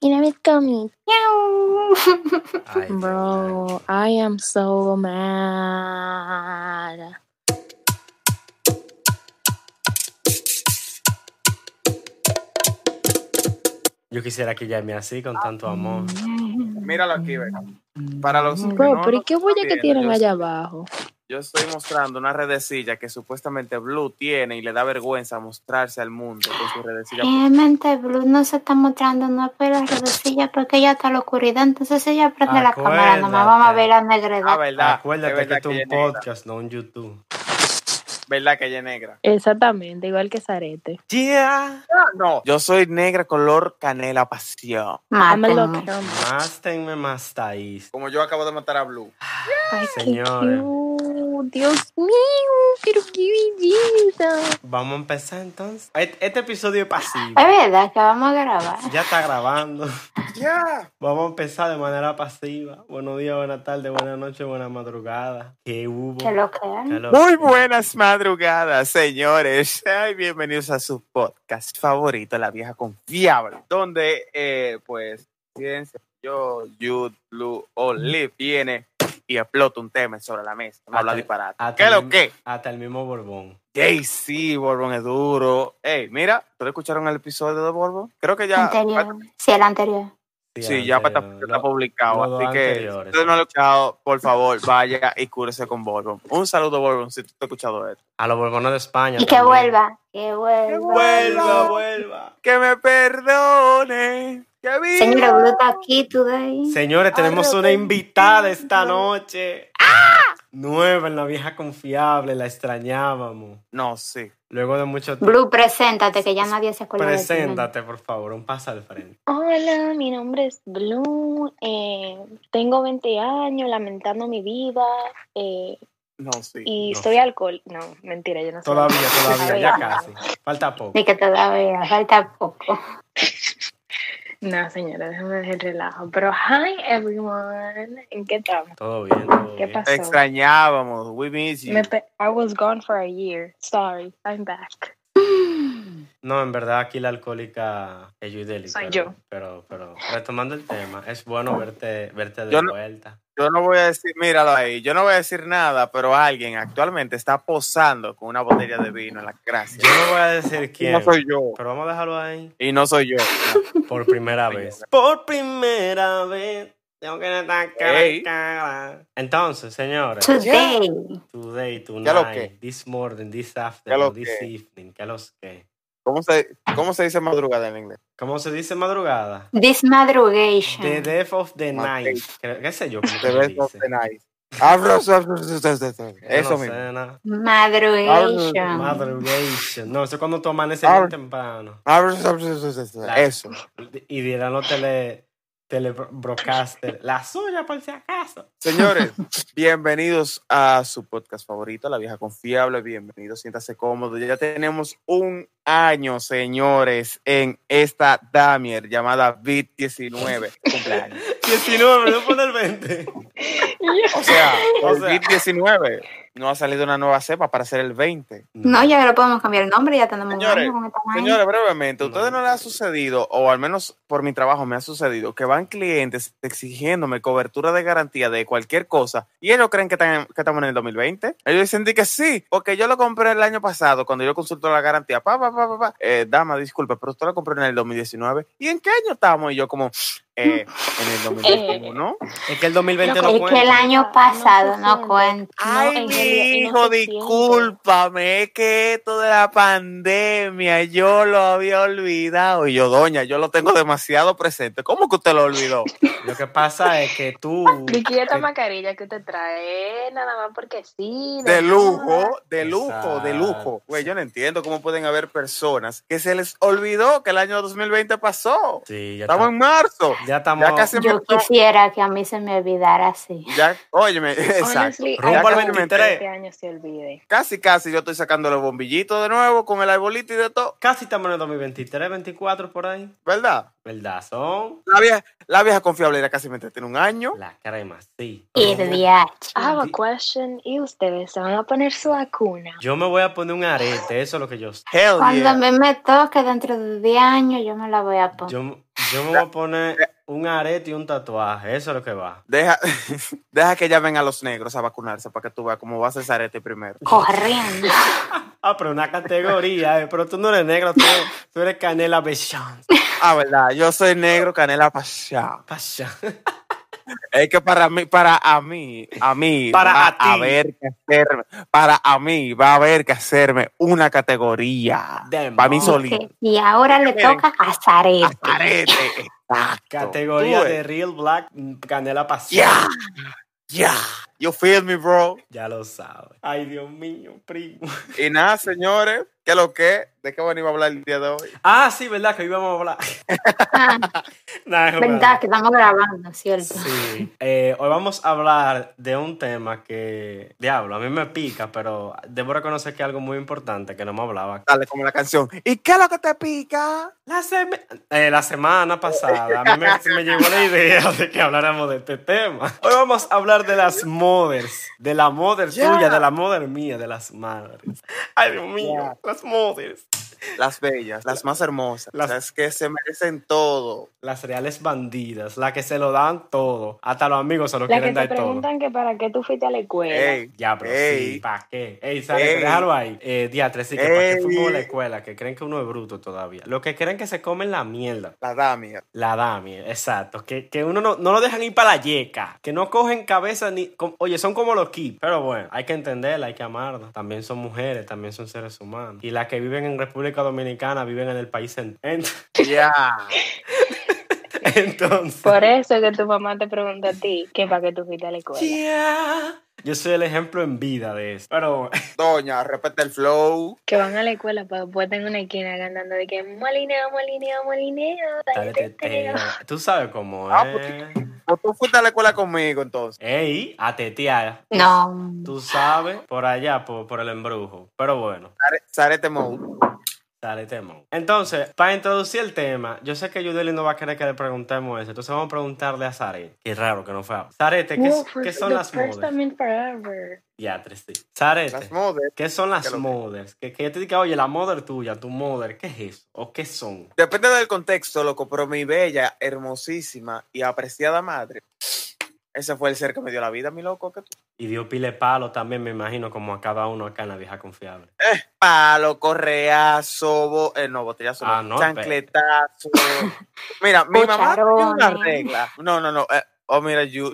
Dynamite Comics. Meow. Ay, Bro, I am so mad. Yo quisiera que llame así con tanto amor. Míralo aquí, ve. Para los que Bro, no pero ¿y nos qué huella que están tienen viendo, allá yo- abajo? Yo estoy mostrando una redecilla que supuestamente Blue tiene y le da vergüenza mostrarse al mundo con su redecilla. Ah, Realmente Blue no se está mostrando, no pero reducilla porque ella está a la oscuridad, entonces ella prende la cámara, nomás Acuérdate. vamos a ver la Ah, negredad. verdad. Acuérdate es que verdad esto es un ella es negra. podcast, no un YouTube. ¿Verdad que ella es negra? Exactamente, igual que Zarete. Yeah. Ah, no. Yo soy negra color canela pasión. Dámelo, Mátenme. Kermit. Mástenme más taís. Como yo acabo de matar a Blue. Ay, qué Señores. cute. Dios mío, pero qué belleza. Vamos a empezar entonces. Et- Este episodio es pasivo. Es verdad que vamos a grabar. Ya está grabando. Ya. Vamos a empezar de manera pasiva. Buenos días, buenas tardes, buenas noches, buenas madrugadas. ¿Qué hubo? Que lo que hay. Calor. Muy buenas madrugadas, señores. Ay, bienvenidos a su podcast favorito, La Vieja Confiable, donde, eh, pues, ciencia, yo, Jude, Blue, Olive, viene y explota un tema sobre la mesa. No Ah, habla te- disparate. ah, ¿Qué es lo también- que? Hasta el mismo Borbón. Jay-Z, Borbón es duro. Ey, mira, ¿ustedes escucharon el episodio de Borbón? Creo que ya. Anterior. Sí, el anterior. Sí, ya está, anterior. está Lo- publicado. los dos así que, si anteriores. usted no lo ha escuchado, por favor, vaya y cúrese con Borbón. Un saludo, Borbón, si tú has escuchado esto. A los Borbones de España. Y que también. vuelva, que vuelva. Vuelva, vuelva. Que me perdone. Que viva. Señora Blue está aquí today. Señores, tenemos una invitada esta noche. Nueva en la vieja confiable, la extrañábamos. No, sí. Luego de mucho tiempo. Blue, preséntate, que ya nadie se acuerda de ti, ¿no? Preséntate, por favor, un paso al frente. Hola, mi nombre es Blue. eh, tengo 20 años lamentando mi vida eh, No, sí. y No. soy alcohol. No, mentira, yo no soy. Todavía, todavía, ya Todavía. casi. Falta poco. Ni que todavía, falta poco. No, señora, déjame dejar el relajo. Pero, hi everyone. ¿En qué estamos? Todo bien, todo ¿Qué bien. pasó? Te extrañábamos. We miss you. Me pe- I was gone for a year. Sorry, I'm back. No, en verdad aquí la alcohólica es Yudeli. Soy pero, yo. Pero, pero, retomando el tema, es bueno verte, verte de Yo no- vuelta. Yo no voy a decir, míralo ahí. Yo no voy a decir nada, pero alguien actualmente está posando con una botella de vino en la gracia. Yo no voy a decir Y quién. no soy yo. Pero vamos a dejarlo ahí. Y no soy yo. Por primera vez. Por primera vez. Tengo que estar cara, Ey. cara. Entonces, señores. Today. Today, tonight, Ya lo que. this morning, this Ya afternoon, lo this que. evening, que los que. ¿Cómo se, cómo se dice madrugada en inglés? ¿Cómo se dice madrugada? This madrugation. The death of the night. Creo- ¿Qué sé yo? ¿Cómo The se best of dice? the night. Abro su- abro su- abro su- Eso No mismo. sé, na. Madrugation. Madrugation. No, eso es cuando tú amaneces Ahora- bien temprano. Abro su- abro su- abro su- La- Eso. Y dirán los tele, telebroadcaster. La suya, por si acaso. Señores, bienvenidos a su podcast favorito, La Vieja Confiable. Bienvenidos, siéntase cómodo. Ya tenemos un año, señores, en esta Damier llamada Bit19. cumpleaños. 19, no pone el 20. O sea, O el sea. Bit19 no ha salido una nueva cepa para ser el 20. No, ya le podemos cambiar el nombre, ya tenemos un Señores, año con esta vaina. Señores, brevemente, ¿a No. ustedes no les ha sucedido, o al menos por mi trabajo me ha sucedido, que van clientes exigiéndome cobertura de garantía de cualquier cosa y ellos creen que, están- que estamos en el 2020? Ellos dicen de que sí, porque yo lo compré el año pasado cuando yo consulto la garantía. Pa, pa, pa, pa, pa. Eh, dama, disculpe, pero usted lo compró en el 2019. ¿Y en qué año estamos? Y yo como, eh, en el 2021, ¿no? Es que el 2020 Loco, no es que el cuenta. año pasado no No, cuenta. Ay, mi Angelia, y no hijo, se siente. discúlpame, es que esto de la pandemia yo lo había olvidado. Y yo, doña, yo lo tengo demasiado presente. ¿Cómo que usted lo olvidó? Lo que pasa es que tú. eh, Vicky, esta que- mascarilla que te trae, nada más porque sí. nada. De lujo, de lujo, de Exacto. lujo. Güey, yo no entiendo cómo pueden haber personas que se les olvidó que el año 2020 pasó. Sí, ya estamos. Estamos en marzo. Ya estamos. Ya casi me... Yo quisiera que a mí se me olvidara así. Ya, óyeme, exacto. Honestly, I Rumbo al hope 23. Este año se olvide. Casi, casi yo estoy sacando los bombillitos de nuevo con el arbolito y de todo, Casi estamos en el 2023, 24 por ahí. ¿verdad? ¿Verdad? Son La vieja, la vieja confiable era casi me entretiene un año. las cremas, sí. Y de diache. I have a question. ¿Y ustedes se van a poner su vacuna? Yo me voy a poner un arete, eso es lo que yo sé. Hell Cuando yeah. a mí me toque dentro de 10 años, yo me la voy a poner. Yo, Yo me voy a poner un arete y un tatuaje. Eso es lo que va. Deja, deja que ya vengan los negros a vacunarse para que tú veas cómo vas a ese arete primero. Corriendo. Ah, pero una categoría, eh. Pero tú no eres negro, tú, tú eres canela bechán. Ah, verdad, yo soy negro canela pasha. Pasha. Es que para mí, para a mí, a mí, Para va a ti. a haber que hacerme, para a mí va a haber que hacerme una categoría. Demonios. Para mí solito. Ok, Y ahora le Miren. toca a Zarete. Arete, exacto. Categoría Tú, eh. de Real Black mm, Canela Pasha. Yeah, yeah. You feel me, bro. Ya lo sabes. Ay, Dios mío, primo. Y nada, señores, ¿qué lo que? ¿De qué venimos a hablar el día de hoy? Ah, sí, ¿verdad? Que hoy vamos a hablar. Ah, Nah, es verdad que estamos grabando, ¿cierto? Sí. Eh, hoy vamos a hablar de un tema que, diablo, a mí me pica, pero debo reconocer que es algo muy importante que no me hablaba. Dale como la canción. ¿Y qué es lo que te pica? La, seme- eh, la semana pasada a mí me, me llegó la idea de que habláramos de este tema. Hoy vamos a hablar de las mothers, de la mother Ya. tuya, de la mother mía, de las madres. Ay, Dios mío, Ya. las mothers. Las bellas, las más hermosas, Las- las que se merecen todo. Las reales bandidas, las que se lo dan todo. Hasta los amigos se lo La que quieren te dar todo. preguntan que para qué tú fuiste a la escuela. Ey, Ya, pero sí, ey. ¿para qué? Ey, sale, Ey. déjalo ahí. Eh, diatre, sí, que para qué Ey. fuimos a la escuela, que creen que uno es bruto todavía. Los que creen que se comen la mierda, La damia. la dami, exacto. Que, que uno no, no lo dejan ir para la yeca, que no cogen cabeza ni... com- oye, son como los kids, pero bueno, hay que entenderla, hay que amarla. También son mujeres, también son seres humanos. Y las que viven en República Dominicana viven en el país en- en- Ya. entonces... Por eso es que tu mamá te pregunta a ti que para qué tú fuiste a la escuela. Yeah. Yo soy el ejemplo en vida de eso. Pero Doña, repete el flow. Que van a la escuela para después en una esquina cantando de que molineo, molineo, molineo, dale Dale, eh, teteo. teteo. Tú sabes cómo Ah, es. Pues tú fuiste a la escuela conmigo entonces. Ey, a tetear. No. Tú sabes, por allá, por, por el embrujo. Pero bueno, Sare- Sarete Mou. dale temón. Entonces, para introducir el tema, yo sé que Yudeli no va a querer que le preguntemos eso. Entonces vamos a preguntarle a Zarete. Qué raro que no fue a Zarete, ¿qué, Wow, for qué son the las first mothers? time in forever. Ya, tres, sí. Las Zarete, modes. ¿qué son Que las lo- mothers? Que, que yo te diga, oye, la mother tuya, tu mother, ¿qué es eso? ¿O qué son? Depende del contexto, loco, pero mi bella, hermosísima y apreciada madre. Ese fue el ser que me dio la vida, mi loco. Que tú. Y dio pile palo también, me imagino, como a cada uno acá en la vieja confiable. Palo, correazo, bo- eh, no, botellazo, Ah, no, no, chancletazo. mira, mi mamá tiene una Cucharones. regla. No, no, no. eh, oh, mira, yo,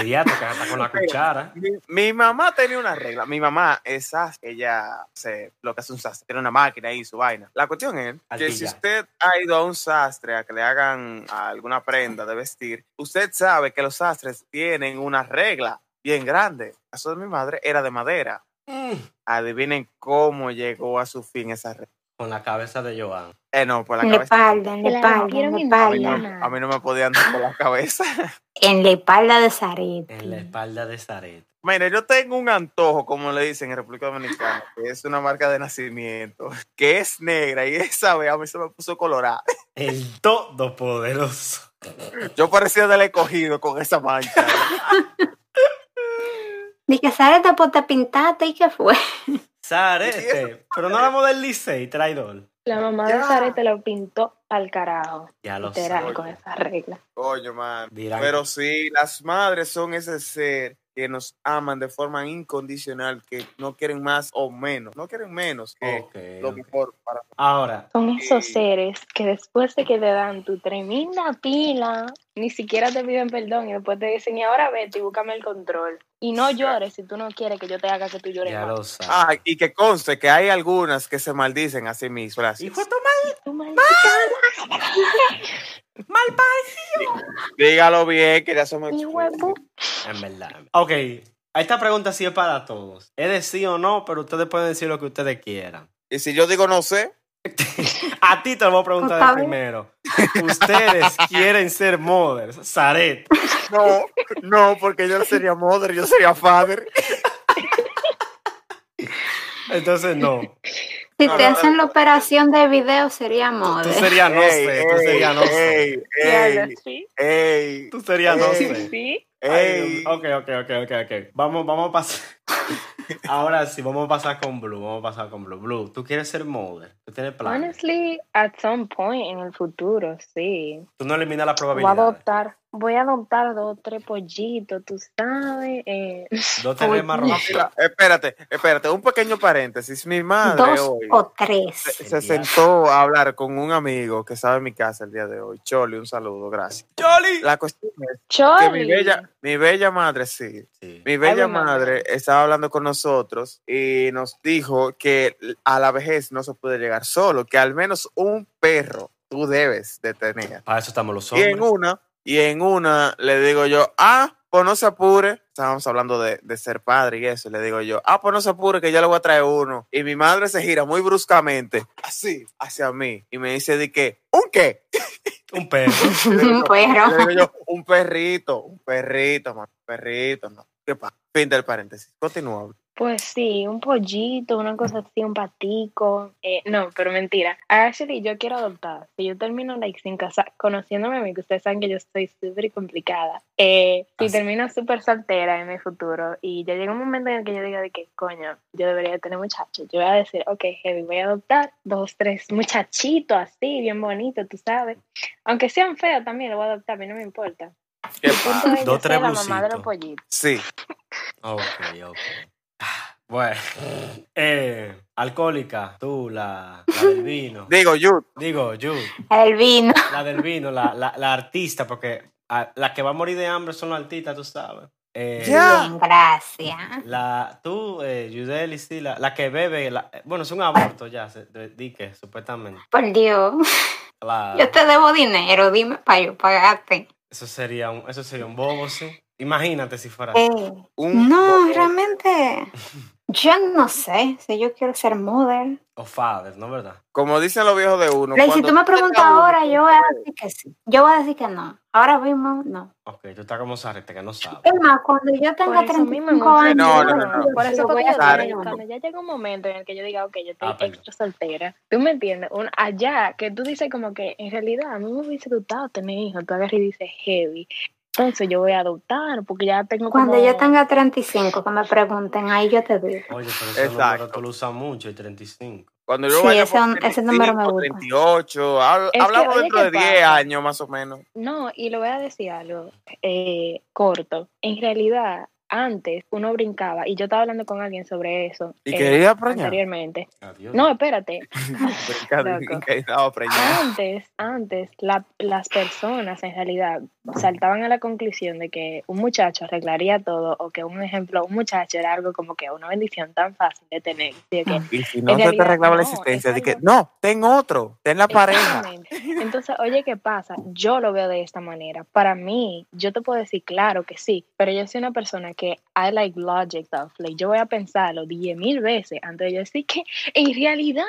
Y ya, te hasta con la cuchara. Mi, mi mamá tenía una regla. Mi mamá es sas- ella se lo que hace un sastre, tiene una máquina ahí su vaina. La cuestión es que si Altilla. usted ha ido a un sastre a que le hagan alguna prenda de vestir, usted sabe que los sastres tienen una regla bien grande. El caso de mi madre era de madera. Mm. Adivinen cómo llegó a su fin esa regla. Con la cabeza de Joan. Eh, no, por la En la cabeza. espalda, en Se la la espalda, en metieron en la A mí, no, espalda. Diana. a mí no me podían dar por la cabeza. En la espalda de Zarete. En la espalda de Zaret. Mira, yo tengo un antojo, como le dicen en República Dominicana, que es una marca de nacimiento, que es negra y esa vez a mí se me puso colorada. El todopoderoso. Yo parecía del escogido con esa mancha. Dije, Zarete, pues te pintaste y qué fue. Zarete. este, Pero no hablamos del Licey, traidor. La mamá de Ya. Sare te lo pintó al carajo. Ya lo Literal, sé. con esa regla. Coño, man. Dirán- Pero sí, las madres son ese ser que nos aman de forma incondicional, que no quieren más o menos, no quieren menos que Ok, lo ok. mejor para Ahora, Son esos Sí. seres que después de que te dan tu tremenda pila, ni siquiera te piden perdón y después te dicen, y ahora vete y búscame el control. Y no llores si tú no quieres que yo te haga que tú llores ya más. lo sabes. Ah, y que conste que hay algunas que se maldicen a sí mismas. Hijo de tu madre. Tú, maldita- Dígalo bien, que ya somos... Hijo de pu- En verdad. Ok. Esta pregunta sí es para todos. Es de sí o no, pero ustedes pueden decir lo que ustedes quieran. Y si yo digo no sé, A ti te lo voy a preguntar Por de favor. primero. ¿Ustedes quieren ser mothers? Zaret. No, no, porque yo no sería mother, yo sería father. Entonces no. Si No, te no, no. hacen la operación de video, sería Tú mode. serías no sé. Tú serías no sé. ey, Diablo, ey, ¿sí? ey, Tú serías no Ey. sé. Sí. ey. Ay, Dios mío. ok, ok, ok, ok, ok. Vamos, vamos a pasar. Ahora sí, vamos a pasar con Blue, vamos a pasar con Blue. Blue, ¿tú quieres ser model? ¿Tú tienes planes? Honestly, at some point en el futuro, sí. Tú no eliminas Voy la a probabilidad. adoptar, voy a adoptar dos, tres pollitos, tú sabes. eh, Dos tenés más ropa. Mira, espérate, espérate, un pequeño paréntesis. Mi madre Dos hoy o tres. se sentó a hablar con un amigo que estaba en mi casa el día de hoy. Choli, un saludo, gracias. ¡Jolly! La cuestión es que mi Chori. bella, mi bella madre, sí. Sí. Mi bella mi madre. madre estaba hablando con nosotros y nos dijo que a la vejez no se puede llegar solo, que al menos un perro tú debes de tener. Para eso estamos los Y en hombres. una, y en una le digo yo, ah, pues no se apure. Estábamos hablando de, de ser padre y eso. y Le digo yo, ah, pues no se apure, que yo le voy a traer uno. Y mi madre se gira muy bruscamente, así, hacia mí. Y me dice de que, ¿un qué? Un perro. Le digo Un yo, perro. le digo yo, un perrito, un perrito, man, un perrito, no. ¿Qué pasa? Fin del paréntesis. Continúa. Pues sí, un pollito, una cosa así, un patico. Eh, no, pero mentira. Actually, yo quiero adoptar. Si yo termino like sin casa, conociéndome a mí, que ustedes saben que yo estoy súper complicada. Eh, si Así. termino súper soltera en mi futuro y ya llega un momento en el que yo diga de que, coño, yo debería de tener muchachos. Yo voy a decir, ok, heavy, voy a adoptar dos, tres muchachitos así, bien bonitos, tú sabes. Aunque sean feos también, lo voy a adoptar, a mí no me importa. ¿Qué El punto pasa? es que yo Dos, tres sea la mamá de los blusitos. pollitos. Sí. Ok, ok. Bueno. Eh, alcohólica, tú, la, la del vino. Digo, yo, Digo, Jude. El vino. La del vino, la, la, la artista, porque a- la que va a morir de hambre son las artistas, tú sabes. Eh, Ya. Bien, gracias. La, tú, eh, Yudeli, sí, la, la que bebe, la- bueno, es un aborto ya, se, de- di que, supuestamente. Por Dios. Ah. Claro. Yo te debo dinero, dime para yo pagarte. Eso sería un, eso sería un bobo, sí. Imagínate si fuera así. Eh, un. no, realmente. Yo no sé si yo quiero ser model. O father, ¿no verdad? Como dicen los viejos de uno. Ley, si cuando tú me tengas preguntas uno, ahora, yo eh, voy a decir que sí. Yo voy a decir que no. Ahora mismo, no. Ok, tú estás como Sarrete, que no sabes. Es más, cuando yo tenga Por eso mismo, 35 no, años, No, no, no, no. Por eso yo fue voy que a yo Claro. te tener digo, uno. cuando ya llega un momento en el que yo diga, ok, yo estoy Ah, perdón. extra soltera, tú me entiendes, un allá, que tú dices como que en realidad a mí me hubiese gustado tener hijos, tú agarras y dices heavy, entonces yo voy a adoptar porque ya tengo Cuando como... yo tenga 35, que me pregunten, ahí yo te digo. Oye, pero ese número Exacto. tú lo usas mucho, el 35. Cuando yo Sí, vaya ese- por ese número me 35, gusta. 38, hab- Es que, hablamos oye, dentro ¿qué de 10 pasa? años más o menos. No, y lo voy a decir algo eh, corto, en realidad antes uno brincaba y yo estaba hablando con alguien sobre eso Y eh, quería preñar. anteriormente. Adiós. No, espérate, Brinca- Loco. brinca y estaba preñada. Antes, antes, la- las personas en realidad saltaban a la conclusión de que un muchacho arreglaría todo o que, un ejemplo, un muchacho era algo como que una bendición tan fácil de tener. de que, Y si no En se te realidad, arreglaba la no, existencia, es dije, algo- no, ten otro, ten la pareja. Exactamente. Entonces, oye, ¿qué pasa? Yo lo veo de esta manera. Para mí, yo te puedo decir, claro que sí, pero yo soy una persona que I like logic stuff. Like, yo voy a pensarlo 10.000 mil veces antes de yo decir que en realidad,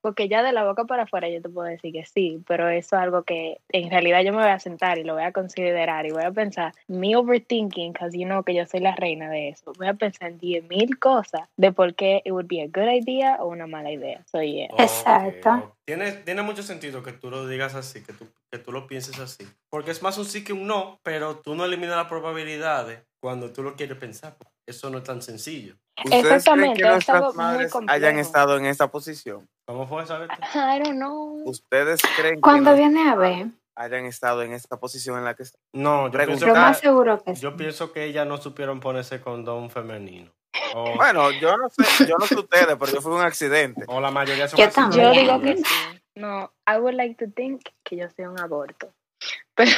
porque ya de la boca para afuera yo te puedo decir que sí, pero eso es algo que en realidad yo me voy a sentar y lo voy a considerar y voy a pensar, mi overthinking, because you know que yo soy la reina de eso, voy a pensar en 10.000 mil cosas de por qué it would be a good idea o una mala idea. So, yeah. Ok, Exacto. ok. Tiene, tiene mucho sentido que tú lo digas así, que tú, que tú lo pienses así. Porque es más un sí que un no, pero tú no eliminas las probabilidades cuando tú lo quieres pensar. Eso no es tan sencillo. ¿Ustedes creen Exactamente, que es nuestras algo muy madres hayan complejo. estado en esa posición? ¿Cómo fue esa vez? I don't know. ¿Ustedes creen Cuando que nos- viene a ver, hayan estado en esta posición en la que están? No, yo pienso, lo Preguntar. más que, seguro que sí. yo pienso que ellas no supieron ponerse condón femenino. O, Bueno, yo no sé, yo no sé ustedes, pero yo fui un accidente. o la mayoría son Yo así. también. Yo digo que sí. No, I would like to think que yo sea un aborto. Pero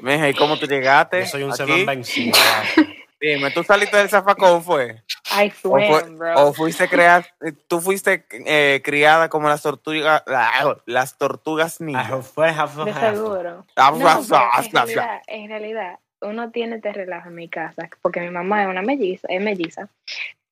Mija, ¿y cómo tú llegaste? Yo soy un aquí? semen vencido. gato. Dime, ¿tú saliste del zafacón, fue? I O, swear, fue- bro. o fuiste creada, tú fuiste eh, criada como las tortugas, la- las tortugas ninja. Ajo, fue, ajo, De ajo. seguro. Ah, No, ah, pero ah, en, ah, ah. realidad, en realidad, uno tiene este relajo en mi casa, porque mi mamá es una melliza, es melliza.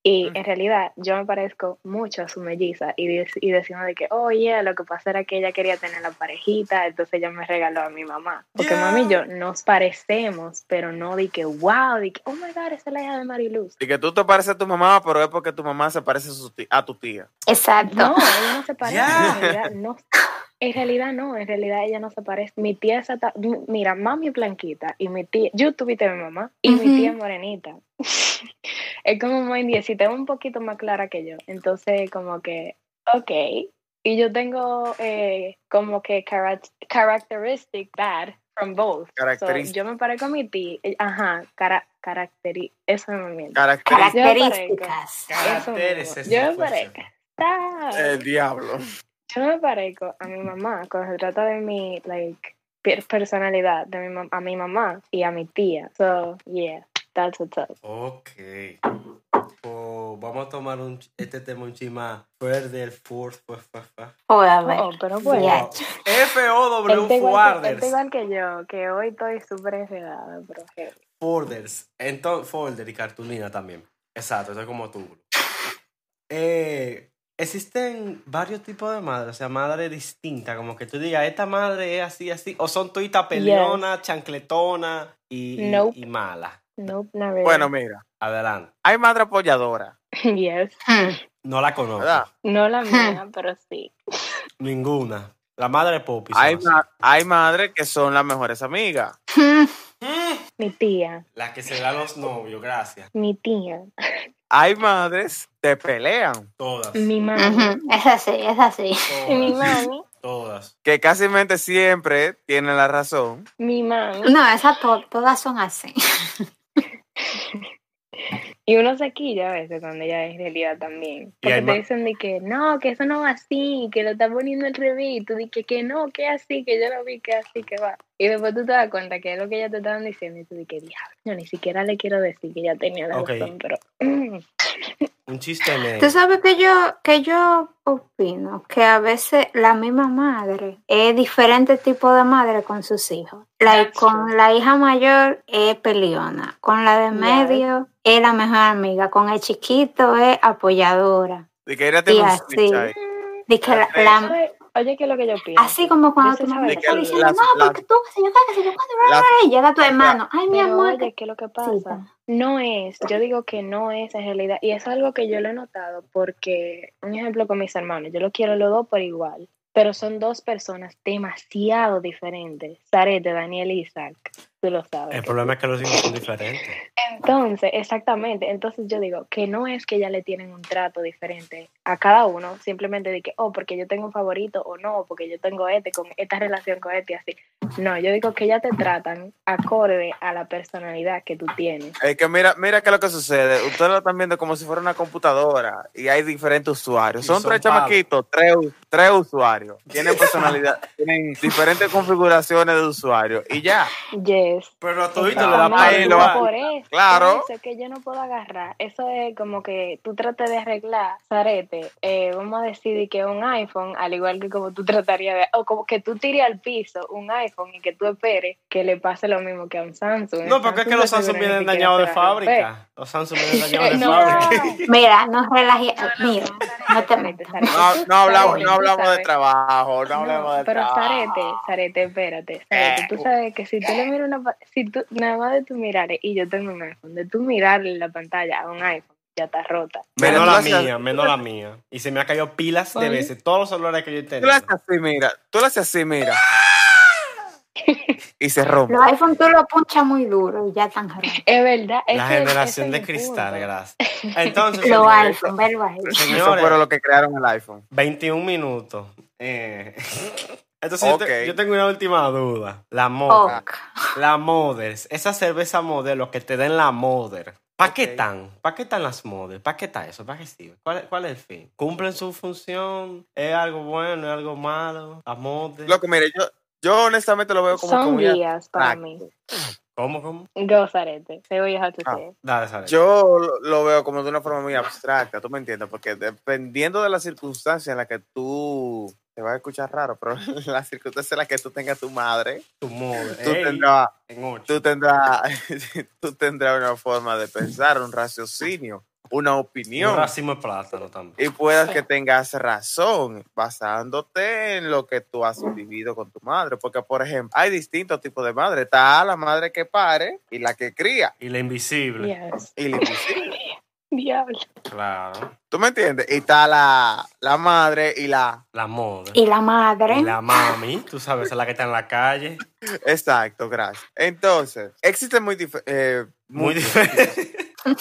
Y en realidad yo me parezco mucho a su melliza y, dec- y decimos de que, oye, lo que pasa era que ella quería tener la parejita, entonces ella me regaló a mi mamá. Porque Yeah. mami y yo nos parecemos, pero no de que, wow, de que, oh my God, esa es la hija de Mariluz. Y que tú te pareces a tu mamá, pero es porque tu mamá se parece a, su ti- a tu tía. Exacto. No, ella no se parece. Ya. En, realidad, no. en realidad no, en realidad ella no se parece. Mi tía es ata- mi- mira, mami es blanquita y mi tía, yo tuviste a mi mamá y mi Ujú. tía es morenita. es como muy indiecita, es un poquito más clara que yo. Entonces, como que, ok. Y yo tengo eh, como que charac- characteristic bad from both. So, Característica. yo me parezco a mi tía. eh, Ajá, cara, caracteri eso es mi mierda. Característica. Características. Eso mismo. Yo Caracteres, me esa fuerza. parezco. Stop. El diablo. Yo me parezco a mi mamá cuando se trata de mi like per- personalidad, de mi mam- a mi mamá y a mi tía. So, yeah, that's what's up. Ok. Pues vamos a tomar un, ch- este tema un chima. Further, forth, fa, fa, fa. Voy a ver. Oh, pero bueno. Ya. Él está F-O-W, igual, que- él está Forders. igual que yo, que hoy estoy súper enredada, pero que- Folders. Entonces, folder y cartulina también. Exacto, eso es como tú. Eh, existen varios tipos de madres, o sea, madres distintas, como que tú digas, esta madre es así, así, o son tuitas peleonas, chancletonas y, y- Nope. y malas. Nope, not really. Bueno, mira. Adelante. Hay madre apoyadora. yes. Hmm. No la conozco. ¿Verdad? No la mía, pero sí. Ninguna. La madre Poppy. se Hay, llama. ma- hay madres que son las mejores amigas. Hmm. Mi tía, La que se da a los novios, gracias. mi tía, Hay madres que pelean. Todas. mi mami, Ujú. Es así, es así. mi Todas. mami, todas. Que casi siempre tienen la razón. mi mami. No, esas to- todas son así. Y uno se quilla a veces cuando ya es realidad también. Y Porque hay te ma- dicen de que no, que eso no va así, que lo estás poniendo al revés. Y tú dices que no, que así, que yo lo vi, que así, que va. Y después tú te das cuenta que es lo que ya te estaban diciendo. Y tú dices, diablo, yo ni siquiera le quiero decir que ya tenía la Ok. razón, pero. mm, Un chiste negro. Tú sabes que yo, que yo opino que a veces la misma madre es diferente tipo de madre con sus hijos. Like, That's con la hija mayor es peleona, con la de Yes. medio es la mejor amiga, con el chiquito es apoyadora. De que ella tiene Y un así. switch ahí. De que la- la- Oye, Oye, que es lo que yo pienso. así como cuando tu mamá De te que está diciendo, las- no, las- porque tú, que se yo, qué, que se yo, cuándo, bla, las- bla, bla", y llega tu hermano, ay, mi Pero, amor, oye, que ¿qué es lo que cosita". pasa? No es, yo digo que no es en realidad, y es algo que yo lo he notado porque, un ejemplo con mis hermanos, yo los quiero los dos por igual, pero son dos personas demasiado diferentes, Sarete, Daniel y Isaac, tú lo sabes. El que- problema es que los hijos son diferentes. Entonces, exactamente, entonces yo digo que no es que ya le tienen un trato diferente a cada uno, simplemente de que, oh, porque yo tengo un favorito o no, porque yo tengo este, con esta relación con este y así. No, yo digo que ya te tratan acorde a la personalidad que tú tienes. Es que mira, mira qué es lo que sucede. Ustedes lo están viendo como si fuera una computadora y hay diferentes usuarios. Y Son, son tres pavos. chamaquitos, tres, u- tres usuarios. Tienen personalidad, tienen diferentes configuraciones de usuarios y ya. Yes. Pero a todito le da Exactamente, pa' ahí, lo va- por eso, Claro. por eso es que yo no puedo agarrar. Eso es como que tú trates de arreglar, Zarete, eh, vamos a decir de que un iPhone, al igual que como tú tratarías de, o como que tú tires al piso un iPhone y que tú esperes que le pase lo mismo que a un Samsung. No, porque es que los Samsung seguro ni vienen siquiera dañados se de va a romper. fábrica. Los Samsung vienen dañados de No. fábrica. Mira, no relajes, mira, no te Zarete, metas. Zarete, No, tú no hablamos, sabes, no tú hablamos de sabes. trabajo, no Eh, No, hablamos de pero Zarete, trabajo. Zarete, espérate. Zarete, tú sabes que si tú le miras una pa- si tú, nada más de tu mirares, y yo tengo un iPhone, de tú mirarle la pantalla a un iPhone, ya está rota. Menos la Pero tú mía, menos la mía. Y se me ha caído pilas de Oye. veces. Todos los celulares que yo he Tú lo tenido. haces así, mira. Tú lo haces así, mira. Y se rompe. Los iPhone tú los punchas muy duro y ya están rotos. Es verdad. La ese- generación ese de es mi cristal, punto. gracias. Entonces, Los señores, iPhone, velo ahí. Eso fueron los que crearon el iPhone. 21 minutos. Eh, Entonces, yo, te- Ok. yo tengo una última duda. La moda. Ok. La Moders, esa cerveza modelo que te den la Moder. ¿Para qué Ok. están? ¿Para qué están las Moders? ¿Para qué está eso? ¿Para qué sirve? ¿Cuál, cuál es el fin? ¿Cumplen su función? ¿Es algo bueno? ¿Es algo malo? ¿Las Moders? Loco, mire, yo, yo honestamente lo veo como que Son muy guías para mí. abstracto. ¿Cómo, cómo? Gozarete. Te voy a dejar tu Ah. ser. Dale, sale. Yo lo- lo veo como de una forma muy abstracta, tú me entiendes, porque dependiendo de la circunstancia en la que tú, te va a escuchar raro, pero la circunstancia en la que tú tengas tu madre, Tu Moder. tú Ey, tendrás, en ocho. tú tendrás, tú tendrás una forma de pensar, un raciocinio, una Un opinión, racimo de plátano también. y puedas que tengas razón basándote en lo que tú has vivido con tu madre, porque por ejemplo, hay distintos tipos de madre, está la madre que pare y la que cría, Y la invisible. Yes. y la invisible. Diablo. Claro. ¿Tú me entiendes? Y está la, la madre y la... La Moder. Y la madre. eh, Y la mami, tú sabes, esa es la que está en la calle. Exacto, gracias. Entonces, existen muy, dif- eh, Muy muchos diferente. con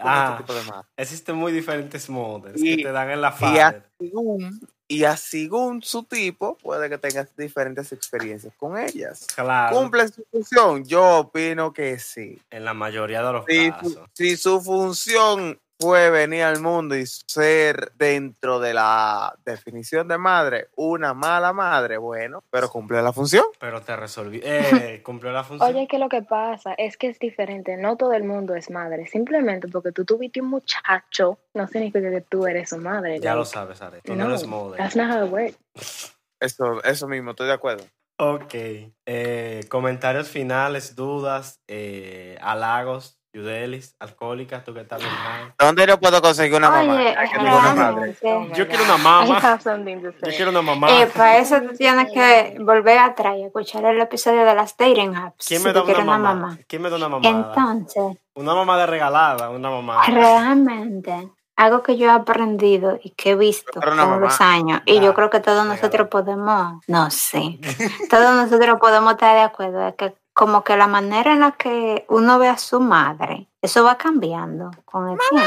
Ah. este tipo de madre. Existen muy diferentes modes Y- que te dan en la Y, a- fase. según, y a según su tipo, puede que tengas diferentes experiencias con ellas. Claro. ¿Cumple su función? Yo opino que sí. En la mayoría de los Si, fu- casos. si su función fue venir al mundo y ser dentro de la definición de madre una mala madre, bueno, pero cumple la función. Pero te resolví. Eh, cumplió la función. Oye, que lo que pasa es que es diferente. No todo el mundo es madre. Simplemente porque tú tuviste un muchacho, no significa que tú eres su madre. like, ya lo sabes, Are. Tú no, eres model. That's not how it works. Eso, eso mismo, estoy de acuerdo. Ok. Eh, comentarios finales, dudas, eh, halagos, yudelis, alcohólicas, tú que estás bien high. ¿Dónde yo puedo conseguir una mamá? Oye, Ay, Ah, que no, tengo una no, madre. no, Ah, no, Yo no. quiero una I mamá. have something to Yo say. quiero una mamá. Eh, para eso tú tienes que volver atrás y escuchar el episodio de las dating apps. ¿Quién si me tú da una quieres mamá? ¿Quién me da una mamá? Entonces, Ah, Una mamá de regalada, una mamá. realmente, algo que yo he aprendido y que he visto Pero una con los mamá. años, y Ya, yo creo que todos regalo. nosotros podemos, no sé, todos nosotros podemos estar de acuerdo, es que como que la manera en la que uno ve a su madre, eso va cambiando con el tiempo.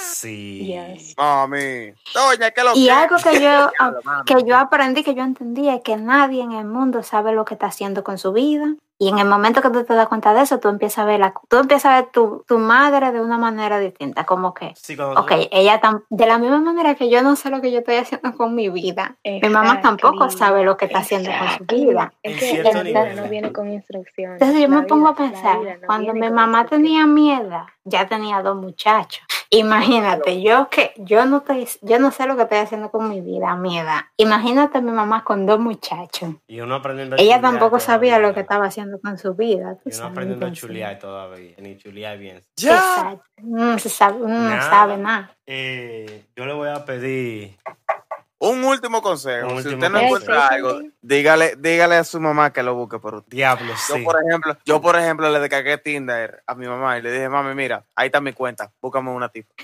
Sí. Yes. Mami. Doña, ¿qué lo Y que? algo que yo, Diablo, mami. que yo aprendí, que yo entendí, es que nadie en el mundo sabe lo que está haciendo con su vida. Y en el momento que tú te das cuenta de eso, tú empiezas a ver, la, tú empiezas a ver tu, tu madre de una manera distinta, como que, Sí, cuando ok, ella tam- de la misma manera que yo no sé lo que yo estoy haciendo con mi vida, mi mamá Exactly. tampoco sabe lo que está haciendo con su Exactly. vida. Es En que cierto la vida nivel. no viene con instrucciones. Entonces yo La me vida- pongo a la vida pensar, no cuando viene mi con mamá instrucciones. tenía miedo, ya tenía dos muchachos. Imagínate, yo que yo no estoy, yo no sé lo que estoy haciendo con mi vida, mierda. Imagínate a mi mamá con dos muchachos. Y uno aprendiendo a Ella chulear tampoco sabía todavía. lo que estaba haciendo con su vida. tú Y uno sabes, aprendiendo a entonces. chulear todavía. Ni chulear bien. Ya. Exacto. No mm, se sabe, uno no Nada. sabe nada. Eh, yo le voy a pedir. Un último consejo. Un si último usted no consejo. encuentra algo, dígale, dígale a su mamá que lo busque por usted. Diablo, Yo, sí. por ejemplo, yo, por ejemplo, le descargué Tinder a mi mamá y le dije, mami, mira, ahí está mi cuenta, búscame una tipa.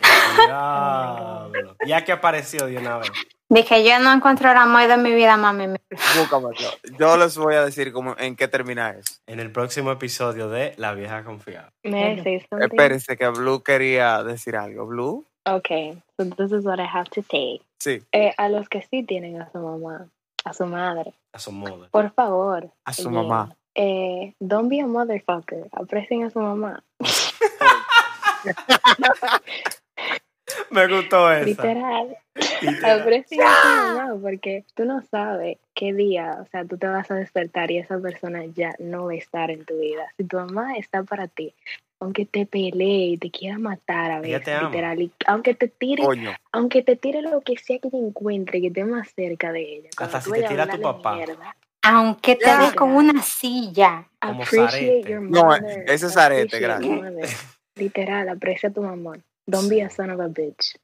Diablo. Ya que apareció de una vez. Dije, yo no encuentro el amor de mi vida, mami. Búscame. Yo, yo les voy a decir cómo, en qué termina eso. En el próximo episodio de La Vieja Confiada. May I say something? Espérense que Blue quería decir algo. ¿Blue? Okay, so this is what I have to say. Sí. Eh, a los que sí tienen a su mamá, a su madre, A su modo. por favor. A su oye, mamá. Eh, don't be a motherfucker. Aprecien a su mamá. Me gustó esa. Literal. Literal. Aprecien a su mamá porque tú no sabes qué día, o sea, tú te vas a despertar y esa persona ya no va a estar en tu vida. Si tu mamá está para ti, aunque te pelee y te quiera matar a Ella te veces, ama. literal, y aunque te tire Coño. aunque te tire lo que sea que te encuentre, que esté más cerca de ella. cuando Hasta tú si te vayas a tira tu hablarle papá. mierda, Aunque te Ya. dé con una silla. Como appreciate Zarete. your No, mother, ese es Zarete, appreciate gracias. your mother. Literal, aprecia a tu mamá. Don't be a son of a bitch.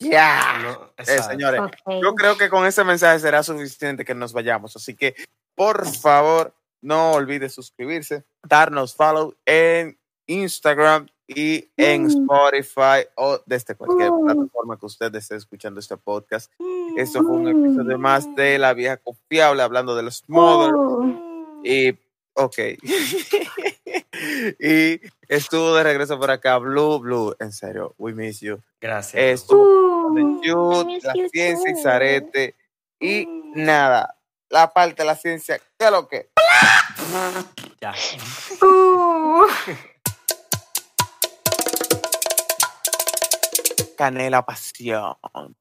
Ya. No, Eh, exacto. señores, Ok. yo creo que con ese mensaje será suficiente que nos vayamos. Así que, por favor, no olvides suscribirse, darnos follow en Instagram y en Spotify o desde cualquier Mm. plataforma que usted esté escuchando este podcast. Esto fue un episodio más de La Vieja Confiable, hablando de los modos. Uh, Y, ok. y estuvo de regreso por acá, Blue, Blue, en serio, we miss you. Gracias. Estuvo uh. de Jude, miss la you ciencia y too. Zarete. Y nada, la parte de la ciencia, ¿qué es lo que? Ya. Uh. Canela Pasión.